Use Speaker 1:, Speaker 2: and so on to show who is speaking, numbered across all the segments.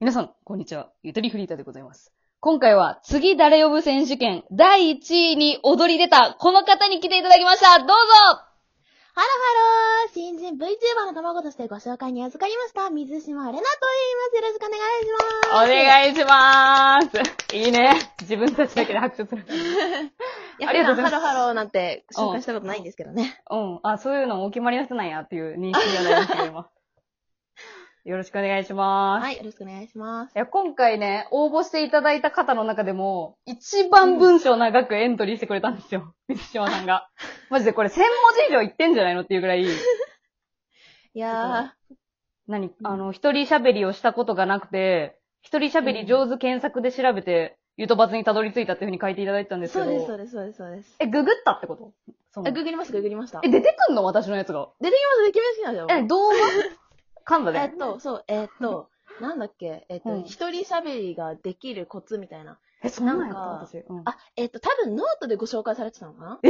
Speaker 1: 皆さん、こんにちは。ゆとりフリーターでございます。今回は、次誰呼ぶ選手権、第1位に躍り出た、この方に来ていただきました。どうぞ
Speaker 2: ハロハロー新人 VTuber の卵としてご紹介に預かりました、水島玲奈と言います。よろしくお願いし
Speaker 1: お
Speaker 2: ま
Speaker 1: 願いし
Speaker 2: す。い。
Speaker 1: まーす。いいね。自分たちだけで拍手する。
Speaker 2: いや、
Speaker 1: ありがと
Speaker 2: 普
Speaker 1: う
Speaker 2: 段
Speaker 1: ございま
Speaker 2: ハ
Speaker 1: す
Speaker 2: ロハローなんて紹介したことないんですけどね。
Speaker 1: うん。あ、そういうのもお決まりの人なんやっていう認識がなりましたけど、 今。よろしくお願いします。
Speaker 2: はい、よろしくお願いします。
Speaker 1: いや、今回ね、応募していただいた方の中でも、一番文章長くエントリーしてくれたんですよ。水島さんが。マジでこれ1000文字以上いってんじゃないのっていうぐらい、
Speaker 2: いや
Speaker 1: 何あの、一人喋りをしたことがなくて、一人喋り上手検索で調べて、ゆとばつにたどり着いたっていうふうに書いていただいてたんで
Speaker 2: ー、
Speaker 1: すけ
Speaker 2: そ
Speaker 1: ど。
Speaker 2: うです、そうです、そうです、そうです。
Speaker 1: え、ググったってことその
Speaker 2: あググりました、ググりました。
Speaker 1: え、
Speaker 2: 出て
Speaker 1: 出
Speaker 2: き
Speaker 1: てくんの私のやつが。
Speaker 2: ます、出てきましたよ。
Speaker 1: え、どうも 噛んだ
Speaker 2: え
Speaker 1: ね
Speaker 2: っ。と、そう、えっと、なんだっけ、えっ
Speaker 1: うん
Speaker 2: と、一人喋りができるコツみたいな。
Speaker 1: え、そんなんやった
Speaker 2: なんか
Speaker 1: 私。うん、
Speaker 2: あ、えっと、多分ノートでご紹介されてたのかな
Speaker 1: え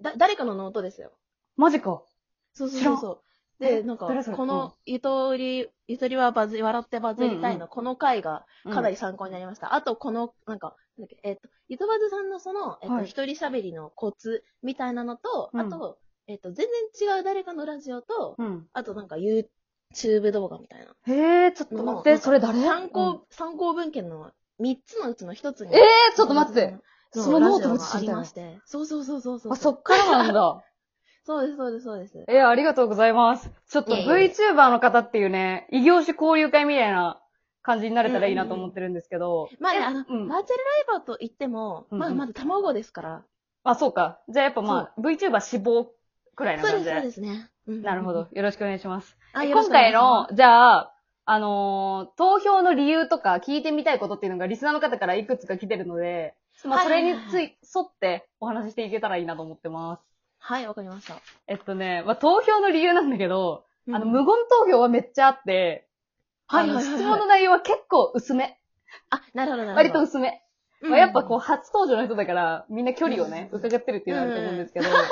Speaker 2: だ、誰かのノートですよ。
Speaker 1: マジか。
Speaker 2: そうそうそうそう。で、
Speaker 1: え
Speaker 2: なんか
Speaker 1: それそ、れ
Speaker 2: こ
Speaker 1: うん
Speaker 2: の、ゆとり、ゆとりはバズ、笑ってバズりたいの、この回がかなり参考になりました。あと、この、なんか、なんだっけえっと、ゆとばずさんのその、えっ
Speaker 1: は
Speaker 2: と、
Speaker 1: い
Speaker 2: 一人喋りのコツみたいなのと、
Speaker 1: うん
Speaker 2: あと、えっと、全然違う誰かのラジオと、
Speaker 1: うん。うん。
Speaker 2: あとなんか、YouTube 動画みたいな
Speaker 1: えー、ちょっと
Speaker 2: の
Speaker 1: 待
Speaker 2: の。
Speaker 1: って、
Speaker 2: なんか
Speaker 1: それ誰
Speaker 2: 参
Speaker 1: う
Speaker 2: 考、
Speaker 1: ん
Speaker 2: 参考文献の3つのうちの1つに。
Speaker 1: えー、ちょっと待って。。そのノートも知
Speaker 2: あ
Speaker 1: り
Speaker 2: り
Speaker 1: たい
Speaker 2: まして。そうそうそうそうそう。
Speaker 1: あ、そっからなんだ。
Speaker 2: そうです、そうです、そうです。
Speaker 1: え、ありがとうございます。ちょっと
Speaker 2: いえいえ
Speaker 1: VTuber の方っていうね、異業種交流会みたいな感じになれたらいいなと思ってるんですけど。
Speaker 2: まあね、
Speaker 1: え
Speaker 2: あの、
Speaker 1: うん
Speaker 2: バーチャルライバーと言っても、
Speaker 1: うんうん
Speaker 2: まあまだ卵ですから。
Speaker 1: あ、そうか。じゃあやっぱまあ、VTuber 志望くらいな
Speaker 2: そうで
Speaker 1: 感
Speaker 2: す、
Speaker 1: じ
Speaker 2: そう
Speaker 1: で。
Speaker 2: ですね。うん
Speaker 1: なるほど。。よろしくお願いします。
Speaker 2: あ、よろ
Speaker 1: 今
Speaker 2: しくお願い
Speaker 1: 回
Speaker 2: しま
Speaker 1: の、じゃあ、あのー投票の理由とか聞いてみたいことっていうのがリスナーの方からいくつか来てるので、まあ、
Speaker 2: はい
Speaker 1: そ
Speaker 2: は
Speaker 1: れ
Speaker 2: いはい
Speaker 1: につい、沿ってお話ししていけたらいいなと思ってます。
Speaker 2: す。はい、わかりました。
Speaker 1: えっとね、まあ、投票の理由なんだけど、あの、
Speaker 2: うん
Speaker 1: 無言投票はめっちゃあって、
Speaker 2: はいはいは
Speaker 1: あ
Speaker 2: いはい
Speaker 1: の質問の内容は結構薄め。
Speaker 2: あ、なるほど、なるほど。
Speaker 1: 割と薄め。
Speaker 2: うん、
Speaker 1: まあ、やっぱこう、初登場の人だから、みんな距離をね、
Speaker 2: うん
Speaker 1: 伺ってるっていうのはあると思うんですけど、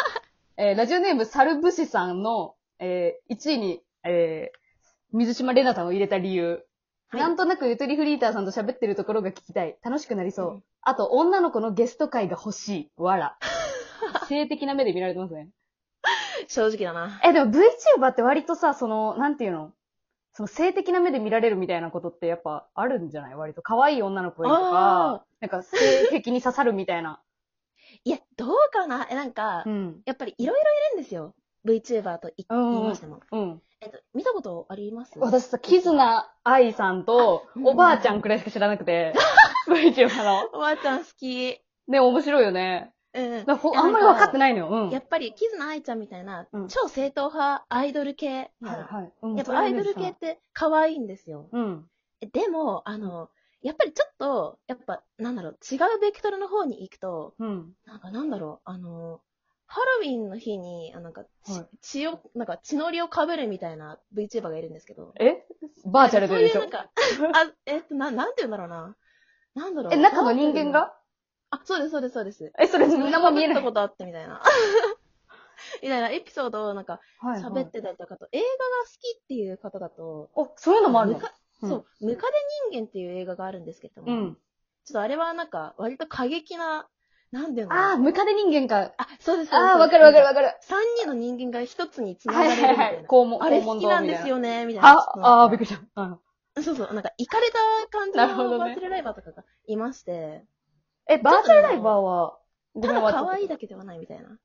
Speaker 1: えーラジオネーム、サルブシさんの、え1位に、えー水島玲奈さんを入れた理由。
Speaker 2: はい
Speaker 1: なんとなくゆとりフリーターさんと喋ってるところが聞きたい。楽しくなりそう。
Speaker 2: うん
Speaker 1: あと、女の子のゲスト会が欲しい。わ ら。性的な目で見られてますね。
Speaker 2: 正直だな。
Speaker 1: え、でも VTuber って割とさ、その、なんていうのその性的な目で見られるみたいなことってやっぱあるんじゃない割と可愛い女の子がいるとか
Speaker 2: あ、
Speaker 1: なんか性的に刺さるみたいな。
Speaker 2: いや、どうかなえ、なんか、
Speaker 1: うん。
Speaker 2: やっぱりいろいろいるんですよ。VTuber とい
Speaker 1: うんうんうん
Speaker 2: 言いましても。
Speaker 1: うん。
Speaker 2: えっと、見たことあります
Speaker 1: 私さ、キズナアイさんと
Speaker 2: う、ん
Speaker 1: おばあちゃんくらいしか知らなく て、VTuber の。
Speaker 2: おばあちゃん好き。
Speaker 1: ね、面白いよね。
Speaker 2: うん。
Speaker 1: なんかほあんまり分かってないのよ。うん。
Speaker 2: やっぱり、キズナアイちゃんみたいな
Speaker 1: うん、
Speaker 2: 超正統派アイドル系みたいな。
Speaker 1: はいはい。うん
Speaker 2: やっぱアイドル系っ。て可愛いんですよ。
Speaker 1: うん。
Speaker 2: えでも、あの、やっぱりちょっと、やっぱ、なんだろう、違うベクトルの方に行くと、
Speaker 1: うん。
Speaker 2: なんかなんだろう、あの、ハロウィンの日に、あなんか、ち
Speaker 1: はい
Speaker 2: 血を、なんか血のりをかぶるみたいな VTuber がいるんですけど。
Speaker 1: えバーチャルででしょ
Speaker 2: そういうなんか、あ、えっと、な、なんて言うんだろうな。なんだろう。
Speaker 1: え、中の人
Speaker 2: なんて言う
Speaker 1: 間
Speaker 2: の
Speaker 1: が
Speaker 2: あ、そうです、そうです、そうです。
Speaker 1: え、それ何も見えな
Speaker 2: た
Speaker 1: い。
Speaker 2: ことあってみたいな。みたいなエピソードをなんか
Speaker 1: はいはい
Speaker 2: 喋ってたりとかあと、映画が好きっていう方だと、
Speaker 1: お、そういうのもある
Speaker 2: ム
Speaker 1: の
Speaker 2: カ
Speaker 1: うん
Speaker 2: そう、ムカデ人間っていう映画があるんですけども、
Speaker 1: うん。
Speaker 2: ちょっとあれはなんか、割と過激な、なんていうの
Speaker 1: ああ、ムカデ人間か。
Speaker 2: あ、そうです。
Speaker 1: ああ、わかるわかる
Speaker 2: か
Speaker 1: わ
Speaker 2: る。
Speaker 1: かる。
Speaker 2: 三人の人間が一つに繋が
Speaker 1: はい
Speaker 2: れるみた
Speaker 1: はい
Speaker 2: いな。
Speaker 1: はい。肛門、
Speaker 2: あれ
Speaker 1: 肛
Speaker 2: 好
Speaker 1: 門
Speaker 2: き
Speaker 1: 道
Speaker 2: なん
Speaker 1: み
Speaker 2: で
Speaker 1: た
Speaker 2: す
Speaker 1: いな。
Speaker 2: よね、みたいな。
Speaker 1: あ、ああー、びっくりした。うん
Speaker 2: そうそう、なんか、イカれた感じ
Speaker 1: なるほどね
Speaker 2: のバーチャルライバーとかがいまして、
Speaker 1: え、バーチャルライバーは、ご
Speaker 2: た
Speaker 1: めん終わっ
Speaker 2: だ
Speaker 1: ちゃった
Speaker 2: 可愛いだけではないみたいな。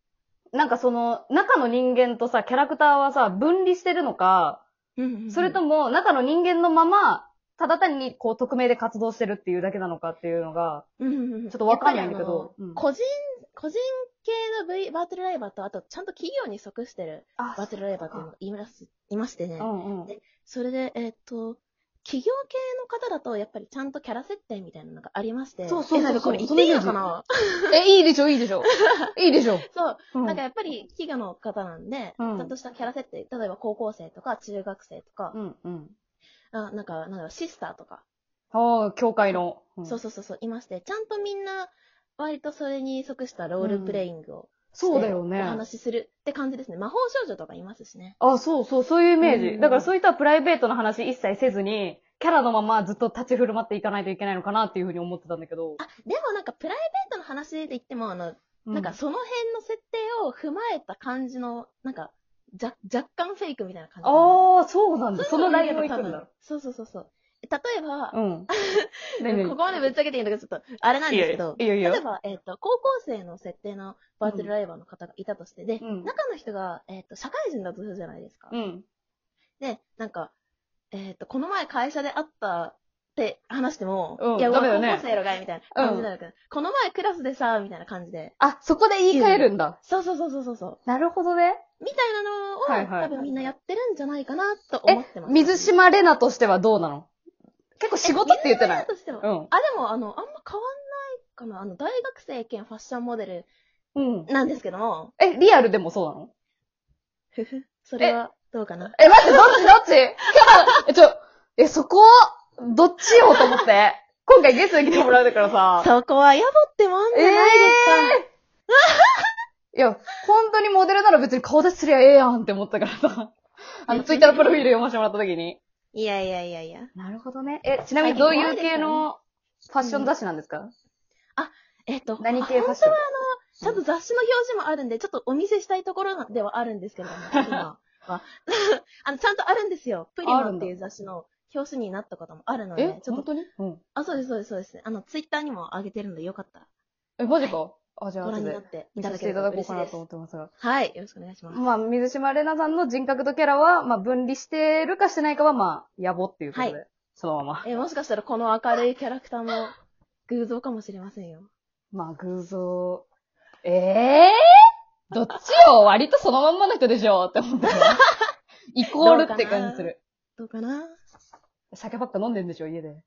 Speaker 1: なんかその、中の人間とさ、キャラクターはさ、分離してるのか、
Speaker 2: うんうんうん
Speaker 1: それと、も中の人間のまま、ただ単にこう、匿名で活動してるっていうだけなのかっていうのが、
Speaker 2: うんうんうん
Speaker 1: ちょっとわかんないんだけど
Speaker 2: やっぱりあの
Speaker 1: うん
Speaker 2: 個人、個人系の V、バーチャルライバーと、あと、ちゃんと企業に即してる
Speaker 1: あ
Speaker 2: バーチャルライバーっていうのがいます、いましてね。
Speaker 1: うんうん。
Speaker 2: でそれで、えーっと、企業系の方だと、やっぱりちゃんとキャラ設定みたいなのがありまして。
Speaker 1: そうそうそうそう
Speaker 2: えなんかこれ言っていいのかな
Speaker 1: え、いいでしょ、いいでしょ。 いいでしょ。
Speaker 2: そう。
Speaker 1: うん
Speaker 2: なんかやっぱり企業の方なんで、
Speaker 1: うん
Speaker 2: ちゃんとしたキャラ設定、例えば高校生とか中学生とか
Speaker 1: う、んうん。
Speaker 2: あなんか、なんだろう、シスターとか、
Speaker 1: ああ、教会の。うん
Speaker 2: そうそうそうそう、いまして、ちゃんとみんな、割とそれに即したロールプレイングを、
Speaker 1: そうだよ
Speaker 2: お
Speaker 1: ね。
Speaker 2: 話しするって感じですね。魔法少女とかいますしね。
Speaker 1: あ、そうそう、そういうイメージ。
Speaker 2: うん
Speaker 1: だからそういったプライベートの話一切せずに、キャラのままずっと立ち振る舞っていかないといけないのかなっていうふうに思ってたんだけど。
Speaker 2: でもなんかプライベートの話で言っても、あの、
Speaker 1: う
Speaker 2: なんか、その辺の設定を踏まえた感じの、なんか、じゃ若干フェイクみたいな感じなの。
Speaker 1: ああ、そうなんだ。そ
Speaker 2: い
Speaker 1: の
Speaker 2: うが
Speaker 1: ラインを行
Speaker 2: 多
Speaker 1: くん
Speaker 2: 分
Speaker 1: だ。
Speaker 2: そうそうそうそう。例えば、
Speaker 1: うん。
Speaker 2: ここまでぶっちゃけていいのかちょっと、あれなんですけど、
Speaker 1: いいよいいよ
Speaker 2: 例えば、えっ、と、高校生の設定のバトルライバーの方がいたとして、で、
Speaker 1: うん
Speaker 2: 中の人が、えっ、と、社会人だとするじゃないですか。
Speaker 1: うん。
Speaker 2: で、なんか、えっ、と、この前会社で会ったって話しても、
Speaker 1: うん
Speaker 2: いや、
Speaker 1: ダメ
Speaker 2: 俺
Speaker 1: だ
Speaker 2: 高
Speaker 1: ね
Speaker 2: 校生やろがい、みたいな感じになるから、この前クラスでさ、みたいな感じで。
Speaker 1: あ、そこで言い換えるんだ。
Speaker 2: そうそうそうそうそうそう。
Speaker 1: なるほどね。
Speaker 2: みたいなのを、
Speaker 1: はいはい
Speaker 2: 多分みんなやってるんじゃないかなと
Speaker 1: え
Speaker 2: 思ってます。
Speaker 1: 水島玲奈としてはどうなの結構仕事って言ってな
Speaker 2: え
Speaker 1: い
Speaker 2: としても、
Speaker 1: う
Speaker 2: あ、
Speaker 1: ん。
Speaker 2: でも、あの、あんま変わんないかな。あの、大学生兼ファッションモデル
Speaker 1: うん。
Speaker 2: なんですけども、
Speaker 1: え、リアルでもそうなの
Speaker 2: ふふ、それはどうかな。
Speaker 1: え、待って、どっちどっちえ、ちょ、え、そこどっちよと思って。 今回ゲストに来てもらうんだからさ。
Speaker 2: そこは野暮ってもんじゃないですか。
Speaker 1: いや、本当にモデルなら別に顔出しすりゃええやんって思ったから さ。あの、ツイッターのプロフィール読ませてもらった時に。
Speaker 2: いやいやいやいや。
Speaker 1: なるほどね。え、ちなみにどういう系のファッション雑誌なんですか、
Speaker 2: えっと、
Speaker 1: 何系ファッ
Speaker 2: 本
Speaker 1: シ
Speaker 2: 当
Speaker 1: ョン
Speaker 2: はあの、ちゃんと雑誌の表示もあるんで、ちょっとお見せしたいところではあるんですけれども、 今は。あの、ちゃんとあるんですよ。プリ
Speaker 1: ある
Speaker 2: マ
Speaker 1: んだ
Speaker 2: っていう雑誌の表紙になったこともあるので、
Speaker 1: え、
Speaker 2: ちょっ
Speaker 1: 本
Speaker 2: と、
Speaker 1: 当にうん。
Speaker 2: あ、そうです、そうです、そうです。あの、ツイッターにも上げてるので、よかったら。
Speaker 1: え、マジかあ、じゃあ
Speaker 2: ご覧
Speaker 1: 後
Speaker 2: に
Speaker 1: で
Speaker 2: なってい
Speaker 1: 見
Speaker 2: た
Speaker 1: さ
Speaker 2: だ
Speaker 1: せ
Speaker 2: け
Speaker 1: てい
Speaker 2: れ
Speaker 1: た
Speaker 2: ば
Speaker 1: だこ
Speaker 2: 嬉
Speaker 1: う
Speaker 2: しい
Speaker 1: かな
Speaker 2: で
Speaker 1: と
Speaker 2: す
Speaker 1: 思。ってますが。
Speaker 2: はい、よろしくお願いします。
Speaker 1: まあ、水島玲奈さんの人格とキャラは、まあ、分離してるかしてないかは、まあ、野暮っていうことで、
Speaker 2: は
Speaker 1: そのまま。
Speaker 2: え、もしかしたらこの明るいキャラクターも偶像かもしれませんよ。
Speaker 1: まあ、偶像。ええー、どっちよ割とそのまんまの人でしょって 思ったよイコールって感じする。
Speaker 2: どうかな
Speaker 1: 酒ばっか飲んでんでしょ家で。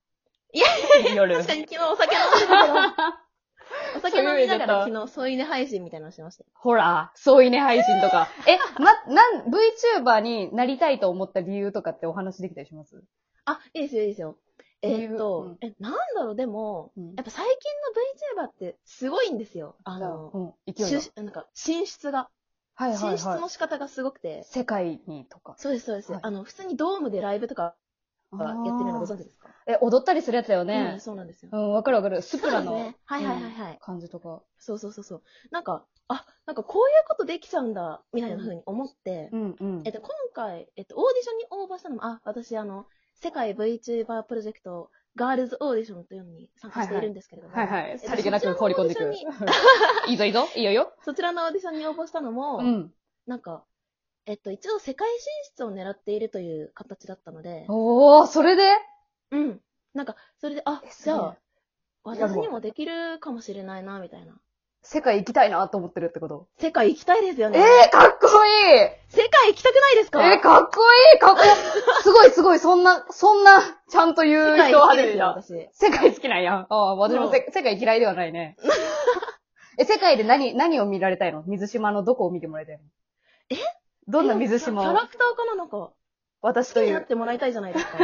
Speaker 2: いや
Speaker 1: 夜。
Speaker 2: 確かに昨日お酒飲んでた けど、お酒飲みながら
Speaker 1: そういう意味で
Speaker 2: 昨日添い寝配信みたいなのしてましたよ。
Speaker 1: ほら、そういね配信とか。え、ま、なん、VTuber になりたいと思った理由とかってお話できたりします
Speaker 2: あ、いいですよ、いいですよ。えーっと、え、なんだろう、でも、
Speaker 1: うん
Speaker 2: やっぱ最近の VTuber ってすごいんですよ。あの、
Speaker 1: うん、勢いが
Speaker 2: 出なんか、進出が。
Speaker 1: はいはい
Speaker 2: 進出
Speaker 1: は
Speaker 2: の仕方がすごくて
Speaker 1: い。。世界にとか。
Speaker 2: そうです、そうです
Speaker 1: はい。
Speaker 2: あの、普通にドームでライブとかやってるのご存知ですか
Speaker 1: え、踊ったりするやつだよ
Speaker 2: う
Speaker 1: ね
Speaker 2: ん。そうなんですよ
Speaker 1: う。ん、わかるわかる。スプラ
Speaker 2: そうです
Speaker 1: の
Speaker 2: ね。はいはいはいはい
Speaker 1: うん感じとか。
Speaker 2: そうそうそうそう。なんか、あ、なんかこういうことできちゃうんだ、みたいな風に思って、
Speaker 1: うんうん
Speaker 2: えっ。と、今回、えっと、オーディションに応募したのも、あ、私、あの、世界 VTuber プロジェクト、ガールズオーディションというのに参加しているんですけれども、
Speaker 1: はいはい。
Speaker 2: えっと
Speaker 1: さりげなく放り込んでいく
Speaker 2: そちらのオーディ
Speaker 1: い
Speaker 2: ションに。
Speaker 1: いぞいいぞ。いいよいいよ。
Speaker 2: そちらのオーディションに応募したのも、
Speaker 1: うん。
Speaker 2: なんか、えっと、一応世界進出を狙っているという形だったので、
Speaker 1: おー、それで
Speaker 2: うん。なんか、それで、あ
Speaker 1: え、す
Speaker 2: じ
Speaker 1: ごい
Speaker 2: ゃあ、私にもできるかもしれないな、みたいな。
Speaker 1: 世界行きたいなと思ってるってこと。
Speaker 2: 世界行きたいですよ
Speaker 1: え
Speaker 2: ね。
Speaker 1: ー、かっこいい
Speaker 2: 世界行きたくないですか
Speaker 1: えー、かっこいいかっ こいいすごいすごい、そんな、そんな、ちゃんと言
Speaker 2: 世
Speaker 1: う
Speaker 2: 界
Speaker 1: 人
Speaker 2: 行
Speaker 1: は
Speaker 2: きたい
Speaker 1: 初
Speaker 2: で
Speaker 1: め
Speaker 2: す
Speaker 1: て
Speaker 2: よ、
Speaker 1: だ。世
Speaker 2: 私。
Speaker 1: 界好きなん や。ああ、私もせ世界嫌いではないね。え、世界で何、何を見られたいの水島のどこを見てもらいたいの
Speaker 2: え
Speaker 1: どんな水
Speaker 2: キ
Speaker 1: 島
Speaker 2: ャ
Speaker 1: を
Speaker 2: ラクターかななんか、
Speaker 1: 私
Speaker 2: 好
Speaker 1: と
Speaker 2: き
Speaker 1: い
Speaker 2: になっ
Speaker 1: う。
Speaker 2: てもらいたいじゃない ですか。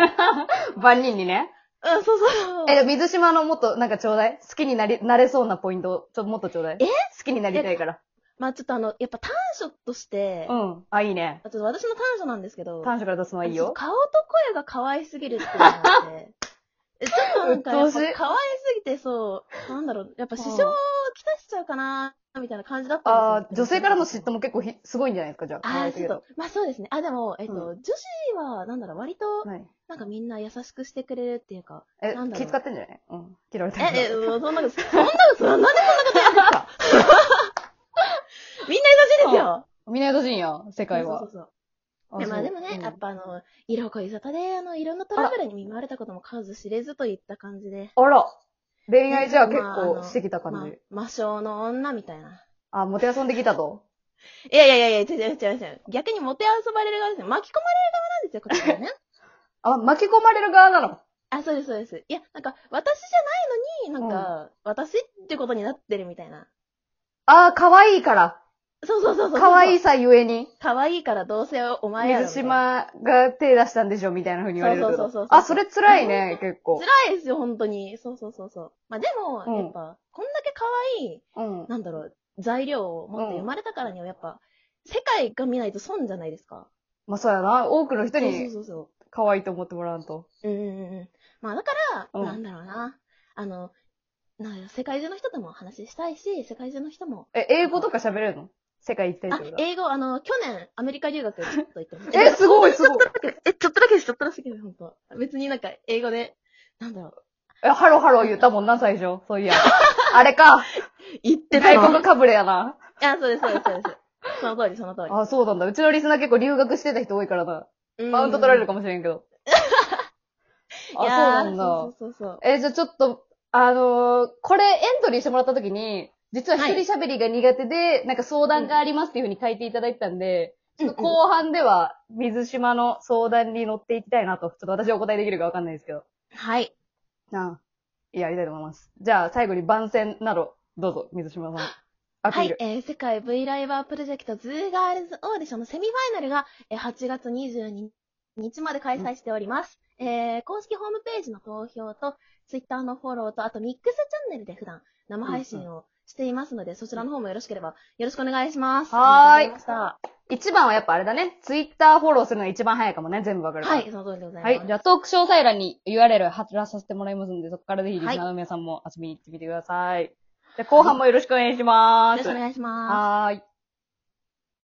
Speaker 1: 万人にね。
Speaker 2: うん、そうそう。
Speaker 1: え、水島のもっと、なんかちょうだい。好きになり、なれそうなポイント、ちょっともっとちょうだい。
Speaker 2: え
Speaker 1: 好きになりたいから。
Speaker 2: まあちょっとあの、やっぱ短所として、
Speaker 1: う
Speaker 2: あ
Speaker 1: ん。あ、いいね。
Speaker 2: ちょっと私の短所なんですけど、
Speaker 1: 短所から出すのはいい
Speaker 2: ちょっと
Speaker 1: よ。
Speaker 2: 顔と声が可愛すぎるっていうのがあ って、えちょっとなんかやっぱ
Speaker 1: うっとうしい
Speaker 2: 可愛すぎてそう、なんだろう、やっぱ支障をきたしちゃうかな、みたいな感じだったん
Speaker 1: あ
Speaker 2: で
Speaker 1: あ、
Speaker 2: すよ。
Speaker 1: 女性からの嫉妬も結構ひすごいんじゃないですか、じゃあ。
Speaker 2: ああ、ちょっ
Speaker 1: ど
Speaker 2: と、まあそうですね。あ、でも、えっと、
Speaker 1: うん
Speaker 2: 女子は、なんだろう、割と、
Speaker 1: はい。
Speaker 2: なんかみんな優しくしてくれるっていうか、
Speaker 1: え
Speaker 2: なん、だろう
Speaker 1: 気遣ってんじゃないうん。嫌われた
Speaker 2: え、 え、
Speaker 1: え、
Speaker 2: そんなこと、そんなこと、そんなことやってたみんな優しいですよ
Speaker 1: みんな優しいんや、世界
Speaker 2: そ
Speaker 1: は
Speaker 2: う。そうそう
Speaker 1: あ
Speaker 2: でまあでもね、
Speaker 1: そう
Speaker 2: やっぱあの、色恋沙汰で、あの、いろんなトラブルに見舞われたことも数知れずといった感じで、
Speaker 1: あら、恋愛じゃあ結
Speaker 2: まああの
Speaker 1: 構してきた
Speaker 2: ま
Speaker 1: 感
Speaker 2: あ
Speaker 1: じ。、
Speaker 2: 魔性の女みたいな。
Speaker 1: あ、もてあそんできたと。
Speaker 2: いやいやいやいや、違う違う違う違う。逆にモテ遊ばれる側ですね。巻き込まれる側なんですよ、こっち はね。
Speaker 1: あ、巻き込まれる側なの。
Speaker 2: あ、そうですそうです。いや、なんか、私じゃないのに、なんか、私ってことになってるみたいな。
Speaker 1: あー、可愛いから。
Speaker 2: そうそうそうそうそう。
Speaker 1: 可愛い。さゆえに。
Speaker 2: 可愛いからどうせお前やろみ
Speaker 1: 水
Speaker 2: たいな。
Speaker 1: 島が手出したんでしょみたいな風に言われるけ
Speaker 2: そうそうそうそう
Speaker 1: ど。あ、それ辛いね、結構。
Speaker 2: 辛いですよ、本当に。そうそうそうそう。まあでも、
Speaker 1: うん
Speaker 2: やっぱ、こんだけ可愛い、
Speaker 1: うん。
Speaker 2: なんだろう、材料を持って生まれたからには、やっぱ、世界が見ないと損じゃないですか。
Speaker 1: まあそうやな。多くの人
Speaker 2: そうそう
Speaker 1: に
Speaker 2: そうそう。
Speaker 1: 可愛いと思ってもらわんと。
Speaker 2: うんうんうん。まあだから、
Speaker 1: うん
Speaker 2: なんだろうな。あの、なんだろう世界中の人とも話したいし、世界中の人も。
Speaker 1: え、英語とか喋れるの世界行きたいっ
Speaker 2: あ
Speaker 1: てこと、
Speaker 2: 英語、あの、去年、アメリカ留学ちょっと行ってました。
Speaker 1: え、すごいすごい。
Speaker 2: え、ちょっとだけです、ちょっとだけです、本当別になんか、英語で、なんだろう、
Speaker 1: え、ハロハロ言ったもんな、最初。 そういや。あれか。
Speaker 2: 言ってた
Speaker 1: 外
Speaker 2: の。
Speaker 1: 国かぶれやな。
Speaker 2: あ、そうです、そうです、そうです。その通り、その通り。
Speaker 1: あ、そうなんだ。うちのリスナー結構留学してた人多いからな。
Speaker 2: うん
Speaker 1: マウント取られるかもしれんけ ど。あ、そう
Speaker 2: いや
Speaker 1: な
Speaker 2: ー
Speaker 1: んだ
Speaker 2: そう。そうそう
Speaker 1: え、じゃあちょっと、あのーこれエントリーしてもらった時に、実は一人喋りが苦手で、なんか相談がありますっていうふうに書いていただいてたんで、
Speaker 2: そう。
Speaker 1: ちょっと後半では水島の相談に乗っていきたいなと、ちょっと私はお答えできるかわかんないですけど。
Speaker 2: はい。
Speaker 1: なあ、やりたいと思います。じゃあ最後に番宣など、どうぞ、水島さん。アピ
Speaker 2: は
Speaker 1: ー
Speaker 2: い
Speaker 1: ル。、
Speaker 2: えー、世界 V ライバープロジェクトズーガールズオーディションのセミファイナルが、えー、8月22日まで開催しております。えー、公式ホームページの投票と、ツイッターのフォローと、あとミックスチャンネルで普段生配信をしていますので、そちらの方もよろしければよろしくお願いします。
Speaker 1: はーい
Speaker 2: ありがとうござま
Speaker 1: 一番はやっぱあれだね、ツイッターフォローするのが一番早いかもね、全部わかる
Speaker 2: し
Speaker 1: か
Speaker 2: た。
Speaker 1: ら。
Speaker 2: はい、その通りでございます。
Speaker 1: はい。じゃあ、トーク詳細欄に URL 貼らさせてもらいますんで、そこからぜひリスナーの皆さんも遊びに行ってみてください。じゃあ、後半もよろしくお願いしま
Speaker 2: よろ
Speaker 1: す。
Speaker 2: しくお願いしま
Speaker 1: は
Speaker 2: す。
Speaker 1: ーい。